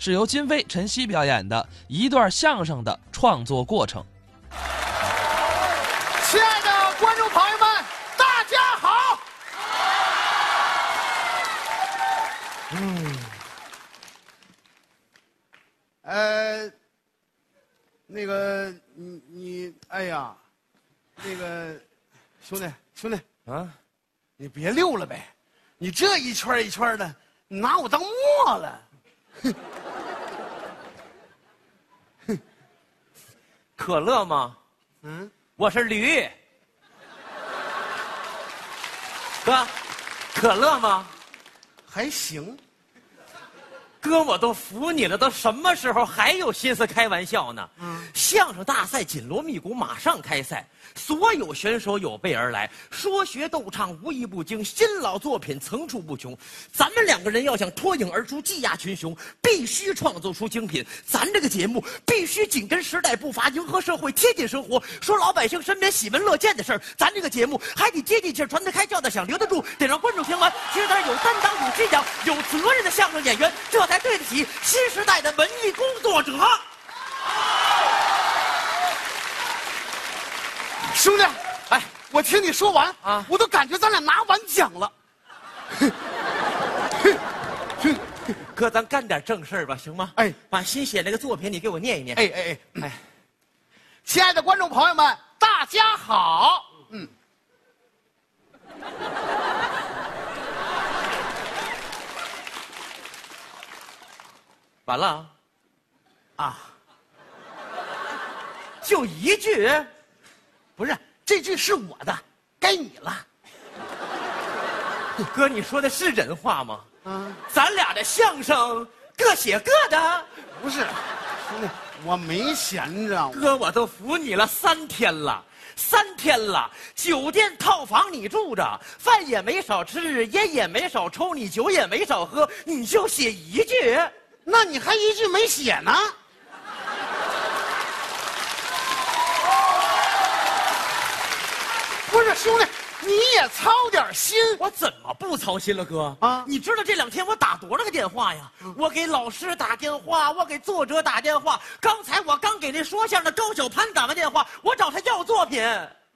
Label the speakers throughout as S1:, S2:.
S1: 是由金飞、陈曦表演的一段相声的创作过程。
S2: 亲爱的观众朋友们，大家好。嗯，呃，那个，你你，哎呀，那个，兄弟兄弟，
S3: 啊，
S2: 你别溜了呗，你这一圈一圈的，你拿我当墨了。
S3: 可乐吗？
S2: 嗯，
S3: 我是驴。哥，可乐吗？
S2: 还行，
S3: 哥，我都服你了，都什么时候还有心思开玩笑呢？相声大赛紧锣密鼓，马上开赛，所有选手有备而来，说学逗唱无一不精，新老作品层出不穷。咱们两个人要想脱颖而出，技压群雄，必须创作出精品。咱这个节目必须紧跟时代步伐，迎合社会，贴近生活，说老百姓身边喜闻乐见的事儿。咱这个节目还得接地气儿，传得开，叫得响，留得住，得让观众听完，其实他有担当、有信仰、有责任的相声演员，这才对得起新时代的文艺工作者。
S2: 兄弟，
S3: 哎，
S2: 我听你说完
S3: 啊
S2: 我都感觉咱俩拿完奖了。
S3: 哥，咱干点正事儿吧，行吗？
S2: 哎
S3: 把新写那个作品你给我念一念。
S2: 哎哎哎哎，亲爱的观众朋友们，大家好。嗯，
S3: 完了啊，
S2: 啊，
S3: 就一句，
S2: 不是，这句是我的，该你了。
S3: 哥，你说的是人话吗？
S2: 嗯，
S3: 咱俩的相声各写各的。
S2: 不是，兄弟，我没闲着。
S3: 哥，我都服你了三天了，三天了，酒店套房你住着，饭也没少吃，烟也没少抽，你酒也没少喝，你就写一句，
S2: 那你还一句没写呢？不是，兄弟，你也操点心。
S3: 我怎么不操心了，哥？
S2: 啊
S3: 啊，嗯你知道这两天我打多少个电话呀？我给老师打电话，我给作者打电话，刚才我刚给那说相声的高小攀打完电话，我找他要作品，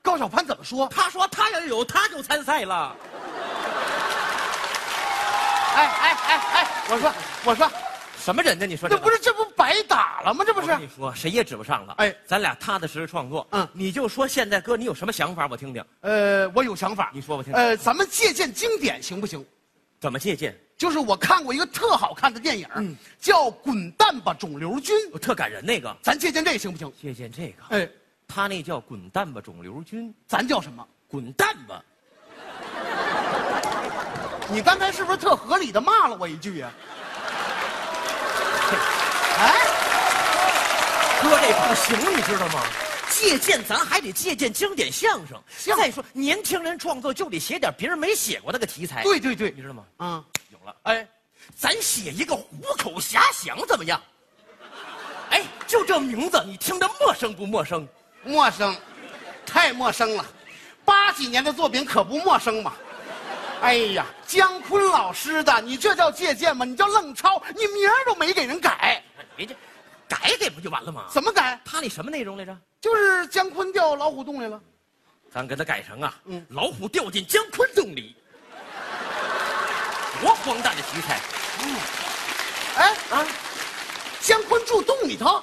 S2: 高小攀怎么说？
S3: 他说他要有他就参赛了。
S2: 哎哎哎哎，我说我说，
S3: 什么人呢？你说这
S2: 这
S3: 个
S2: 不是这不白打了吗？这不
S3: 我
S2: 是
S3: 跟你说，谁也指不上了。
S2: 哎
S3: 哎，咱俩踏踏实实创作。
S2: 嗯
S3: 嗯，你就说现在哥，你有什么想法？我听听，
S2: 呃，我有想法，
S3: 你说我听听
S2: 呃，咱们借鉴经典行不行？
S3: 怎么借鉴？
S2: 就是我看过一个特好看的电影，
S3: 嗯
S2: 叫《滚蛋吧肿瘤君》，
S3: 我特感人那个，
S2: 咱借鉴这行不行？
S3: 借鉴这个，
S2: 哎，
S3: 他那叫滚蛋吧肿瘤君，
S2: 咱叫什么？
S3: 滚蛋吧！
S2: 你刚才是不是特合理的骂了我一句 呀、哎，
S3: 哥这不行，你知道吗？借鉴咱还得借鉴经典相声。
S2: 相
S3: 再说年轻人创作就得写点别人没写过那个题材。
S2: 对，对对
S3: 你，知道吗？
S2: 嗯，
S3: 有了，
S2: 哎，
S3: 咱写一个虎口遐想怎么样？哎，就这名字，你听着陌生不陌生？
S2: 陌生，太陌生了，八几年的作品可不陌生嘛。哎呀，姜昆老师的，你这叫借鉴吗？你叫愣抄，你名儿都没给人改，
S3: 别这，改改不就完了吗？
S2: 怎么改？
S3: 他那什么内容来着？
S2: 就是姜昆掉老虎洞里了。
S3: 咱给他改成啊，
S2: 嗯
S3: 老虎掉进姜昆洞里，多荒诞的题材
S2: 哎，
S3: 啊！
S2: 姜昆住洞里头，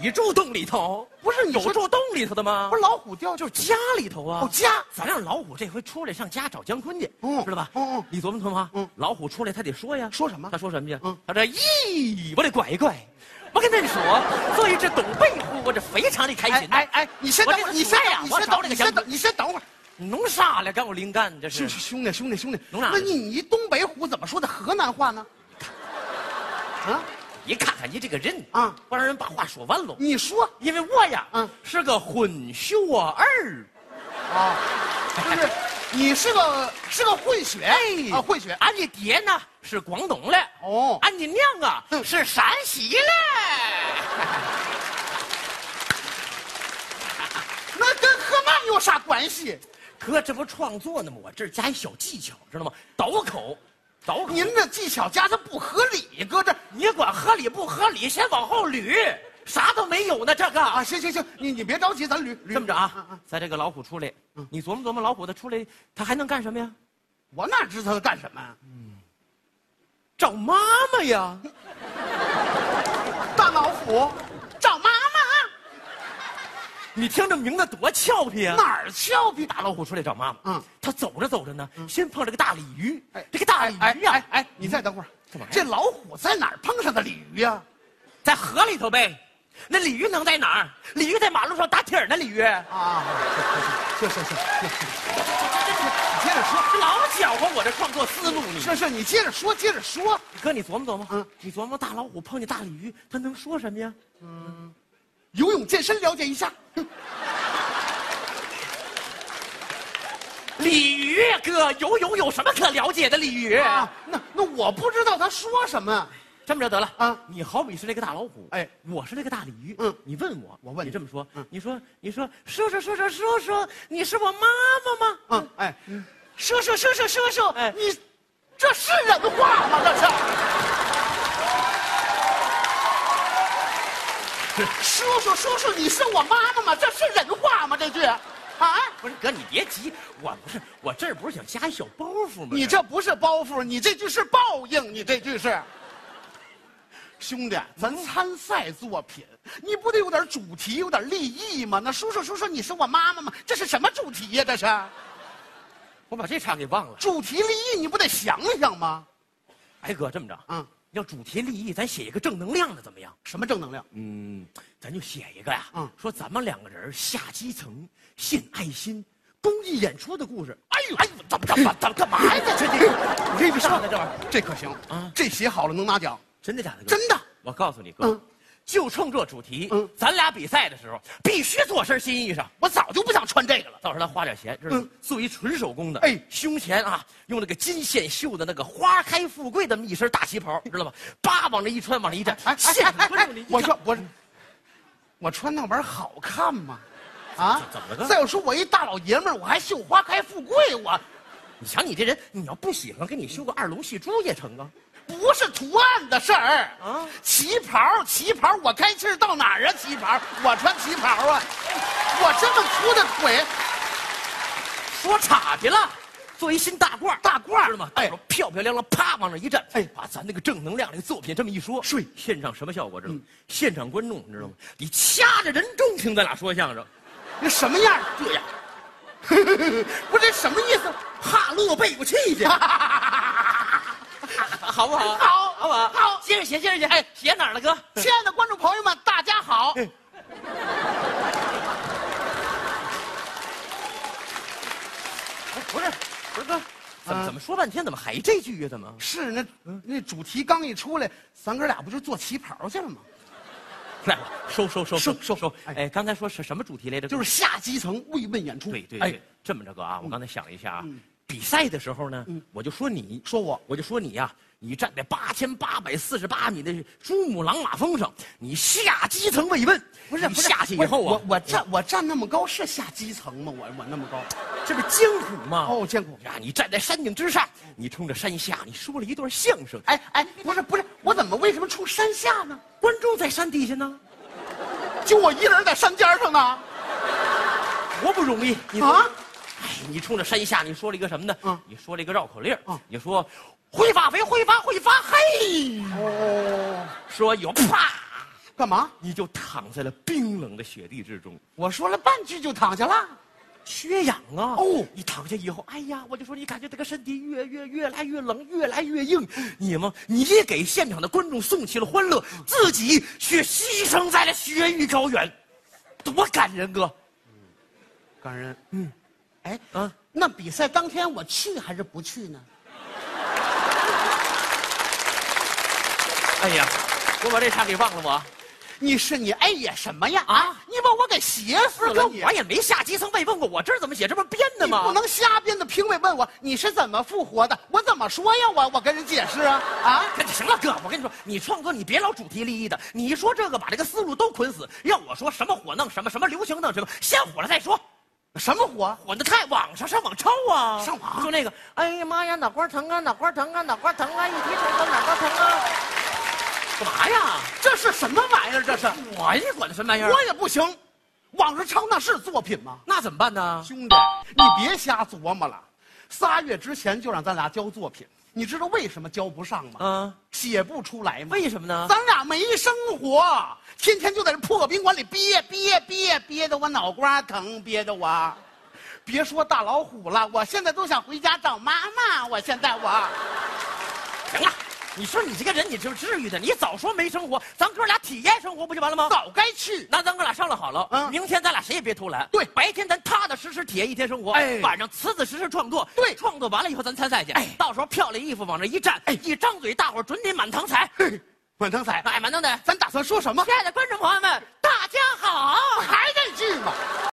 S3: 你住洞里头，
S2: 不是你
S3: 有
S2: 说
S3: 住洞里头的吗？
S2: 不是老虎掉就
S3: 就是是家里头啊。
S2: 哦家
S3: 咱让老虎这回出来上家找姜昆去，
S2: 嗯
S3: 知道吧？
S2: 嗯嗯
S3: 你琢磨琢磨，
S2: 嗯
S3: 老虎出来他得说呀，
S2: 说什么
S3: 他说什么去？
S2: 嗯
S3: 他说咦，我得拐一拐。我跟他说，做一只董背虎，我这非常的开
S2: 哎
S3: 心。
S2: 哎哎，你先等会
S3: 我
S2: 儿，
S3: 这
S2: 你先
S3: 我呀
S2: 等，你
S3: 我
S2: 先等，
S3: 找那
S2: 你
S3: 个
S2: 先
S3: 姜
S2: 等，
S3: 昆，
S2: 你先等会儿。
S3: 你弄啥来？跟我灵感，这
S2: 是是
S3: 是
S2: 兄弟兄弟兄弟，
S3: 能拿
S2: 那你你东北虎怎么说的河南话呢？ 啊，
S3: 你看看你这个人
S2: 啊
S3: 啊，不让人把话说完喽。
S2: 你说
S3: 因为我呀，
S2: 嗯
S3: 嗯，是个混血儿，
S2: 啊， 就是你是个是个混血
S3: 哎
S2: 啊，混血
S3: 俺的爹呢是广东的，
S2: 哦
S3: 俺的娘啊
S2: 嗯
S3: 是山西的。
S2: 那跟河南有啥关系？
S3: 哥，这不创作呢吗？我这儿加一小技巧，知道吗？倒口，倒口
S2: 您这技巧加它不合理，搁这
S3: 你管合理不合理，先往后捋，啥都没有呢。这个
S2: 啊，行行行，你你别着急，咱捋捋
S3: 这么着啊，嗯在这个老虎出来，你琢磨琢磨，老虎它出来，它还能干什么呀？
S2: 我哪知道他干什么啊呀？
S3: 找妈妈呀！
S2: 大老虎找妈妈，
S3: 你听这名字多俏皮啊！
S2: 哪儿俏皮？
S3: 大老虎出来找妈妈，
S2: 嗯
S3: 嗯，它走着走着呢，先碰着个大鲤鱼
S2: 哎，
S3: 这个大鲤
S2: 哎
S3: 鱼啊
S2: 哎
S3: 呀，
S2: 哎，你再等会儿，
S3: 干嘛呀
S2: 这老虎在哪儿碰上的鲤鱼呀、
S3: 在河里头呗。那鲤鱼能在哪儿？鲤鱼在马路上打铁呢，鲤鱼。
S2: 啊？行行行行，你接着说，
S3: 这老搅和我这创作思路，你
S2: 是是，你接着说，接着说。
S3: 哥，你琢磨琢磨，
S2: 嗯
S3: 你琢磨大老虎碰见大鲤鱼，它能说什么呀？
S2: 游泳健身了解一下，
S3: 鲤鱼，啊哥，游泳有什么可了解的？鲤鱼，
S2: 啊，那那我不知道他说什么，
S3: 这么着得了
S2: 啊
S3: 啊！你好比是那个大老虎，
S2: 哎
S3: 哎，我是那个大鲤鱼，
S2: 嗯
S3: 嗯，你问我，我问
S2: 你嗯
S3: 你这么说，你说，你说，叔叔，叔叔，叔叔，你是我妈妈吗？
S2: 嗯，哎，说说说说说说，
S3: 哎
S2: 你这是人话吗？这是。叔叔，叔叔，你是我妈妈吗？这是人话吗？这句，啊，
S3: 不是，哥，你别急，我不是，我这儿不是想加一小包袱吗？
S2: 你这不是包袱，你这句是报应，你这句是。兄弟，咱参赛作品，你不得有点主题，有点立意吗？那叔叔，叔叔，你是我妈妈吗？这是什么主题呀、这是
S3: 我把这茬给忘了。
S2: 主题立意，你不得想想吗？
S3: 哎，哥，这么着，
S2: 嗯
S3: 嗯，要主题立意，咱写一个正能量的，怎么样？
S2: 什么正能量？
S3: 嗯，咱就写一个呀，
S2: 嗯
S3: 说咱们两个人下基层，献爱心，公益演出的故事。哎呦，哎呦，怎么干嘛？怎么干嘛呀？这这这，我跟你上来这玩意儿，
S2: 这可行
S3: 啊
S2: 这写好了能拿奖，
S3: 真的假的？哥
S2: 真的。
S3: 我告诉你哥，
S2: 嗯
S3: 就冲这主题，
S2: 嗯
S3: 咱俩比赛的时候必须做身新衣裳。
S2: 我早就不想穿这个了。
S3: 到时候咱花点钱，知道吗？
S2: 嗯
S3: 做一纯手工的，
S2: 哎
S3: 哎，胸前啊用那个金线绣的那个花开富贵的一身大旗袍，知道吧？叭往这一穿，往这一站，
S2: 哎
S3: 现场观众你一看
S2: 我说我，我穿那玩意儿好看吗？啊？
S3: 怎么了
S2: 再有说，我一大老爷们儿，我还绣花开富贵，我
S3: 你瞧你这人，你要不喜欢，给你修个二龙戏珠也成啊。
S2: 不是图案的事儿啊
S3: 啊。
S2: 旗袍，旗袍，我开气儿到哪儿啊？旗袍，我穿旗袍啊。我这么粗的腿，
S3: 说岔去了，做一新大褂儿，
S2: 大褂儿
S3: 知道吗？
S2: 哎
S3: 哎，漂漂亮亮，啪往那一站，
S2: 哎
S3: 哎，把咱那个正能量那个作品这么一说，
S2: 睡嗯
S3: 现场什么效果知道吗？现场观众你知道吗？你掐着人中听咱俩说相声，
S2: 那什么样儿？
S3: 这样
S2: 不是这什么意思？
S3: 哈落背过气去，好不好？
S2: 好
S3: 好不好？
S2: 好
S3: 接着写，接着写，哎，写哪儿了哥？ 哎
S2: 亲爱的观众朋友们，大家好。
S3: 不是，不是哥，怎
S2: 嗯
S3: 么怎么说半天，怎么还这句啊呀？怎么？
S2: 是那那主题刚一出来，咱哥俩不就做旗袍去了吗？
S3: 来，收收收
S2: 收收
S3: 收！
S2: 哎
S3: 哎，刚才说是什么主题来着？
S2: 就是下基层慰问演出。
S3: 对对
S2: 哎嗯
S3: 对，，这么着哥啊，我刚才想了一下啊，比赛的时候呢，我就说你，
S2: 说我
S3: 我就说你呀、啊你站在八千八百四十八米的珠穆朗玛峰上，你下基层慰问，
S2: 不是
S3: 你
S2: 不是
S3: 下去以
S2: 不是
S3: 后啊
S2: 我，我站我站那么高是下基层吗？我我那么高。
S3: 这不是艰苦吗？
S2: 哦，见过。
S3: 啊，你站在山顶之上，你冲着山下，你说了一段相声，
S2: 哎哎，不是不是，我怎么为什么冲山下呢？
S3: 观众在山底下呢，
S2: 就我一人在山尖上呢。
S3: 多不容易，你说
S2: 啊，
S3: 哎，你冲着山下，你说了一个什么呢？
S2: 嗯
S3: 你说了一个绕口令儿，
S2: 嗯
S3: 你说会发肥，会发会发嘿，
S2: 哦，
S3: 说有啪。
S2: 干嘛？
S3: 你就躺在了冰冷的雪地之中，
S2: 我说了半句就躺下了。
S3: 缺氧啊！
S2: 哦
S3: 哦，你躺下以后，哎呀，我就说你感觉这个身体越越越来越冷，越来越硬。你吗？你也给现场的观众送去了欢乐，自己却牺牲在了雪域高原，多感人，哥！
S2: 感人。嗯，哎
S3: 啊
S2: 那比赛当天我去还是不去呢？
S3: 哎呀，我把这茬给忘了我。
S2: 你是你哎呀什么呀啊？你把我给邪死
S3: 不是
S2: 了
S3: 哥，
S2: 你！啊
S3: 我也没下基层慰问过，我这儿怎么写？这不是编的
S2: 你不
S3: 吗？
S2: 能瞎编的。评委问我你是怎么复活的，我怎么说呀？我我跟人解释啊啊！
S3: 行了，哥，我跟你说，你创作你别老主题立意的，你一说这个把这个思路都捆死。要我说什么火弄什么，什么流行弄什么，先火了再说。
S2: 什么火？
S3: 我那太网上上网抄啊，
S2: 上网
S3: 就那个，哎呀妈呀，脑瓜疼啊，脑瓜疼啊，脑瓜疼啊，一提疼就脑瓜疼啊，干嘛呀？
S2: 这是什么玩意儿？这是，
S3: 我也管他什么玩意儿，
S2: 我也不行。网上抄那是作品吗？
S3: 那怎么办呢？
S2: 兄弟，你别瞎琢磨了。仨月之前就让咱俩交作品，你知道为什么交不上吗？
S3: 嗯，
S2: 写不出来吗？
S3: 为什么呢？
S2: 咱俩没生活，天天就在这破宾馆里憋憋憋憋的我脑瓜疼，憋的我，别说大老虎了，我现在都想回家找妈妈。我现在我，
S3: 行了，你说你这个人，你就至于的？你早说没生活，咱哥俩体验生活不就完了吗？
S2: 早该去。
S3: 那咱哥俩商量好了，
S2: 嗯
S3: 明天咱俩谁也别偷懒。
S2: 对
S3: 白天咱踏踏实实体验一天生活，
S2: 哎
S3: 晚上辞辞实实创作。
S2: 对
S3: 创作完了以后咱参赛去，
S2: 哎
S3: 到时候漂亮衣服往那一站，
S2: 哎
S3: 一张嘴，大伙儿准得满堂彩。
S2: 嘿，满堂彩，
S3: 哎，满堂彩！
S2: 咱打算说什么？
S3: 亲爱的观众朋友们，大家好。
S2: 还这句吗？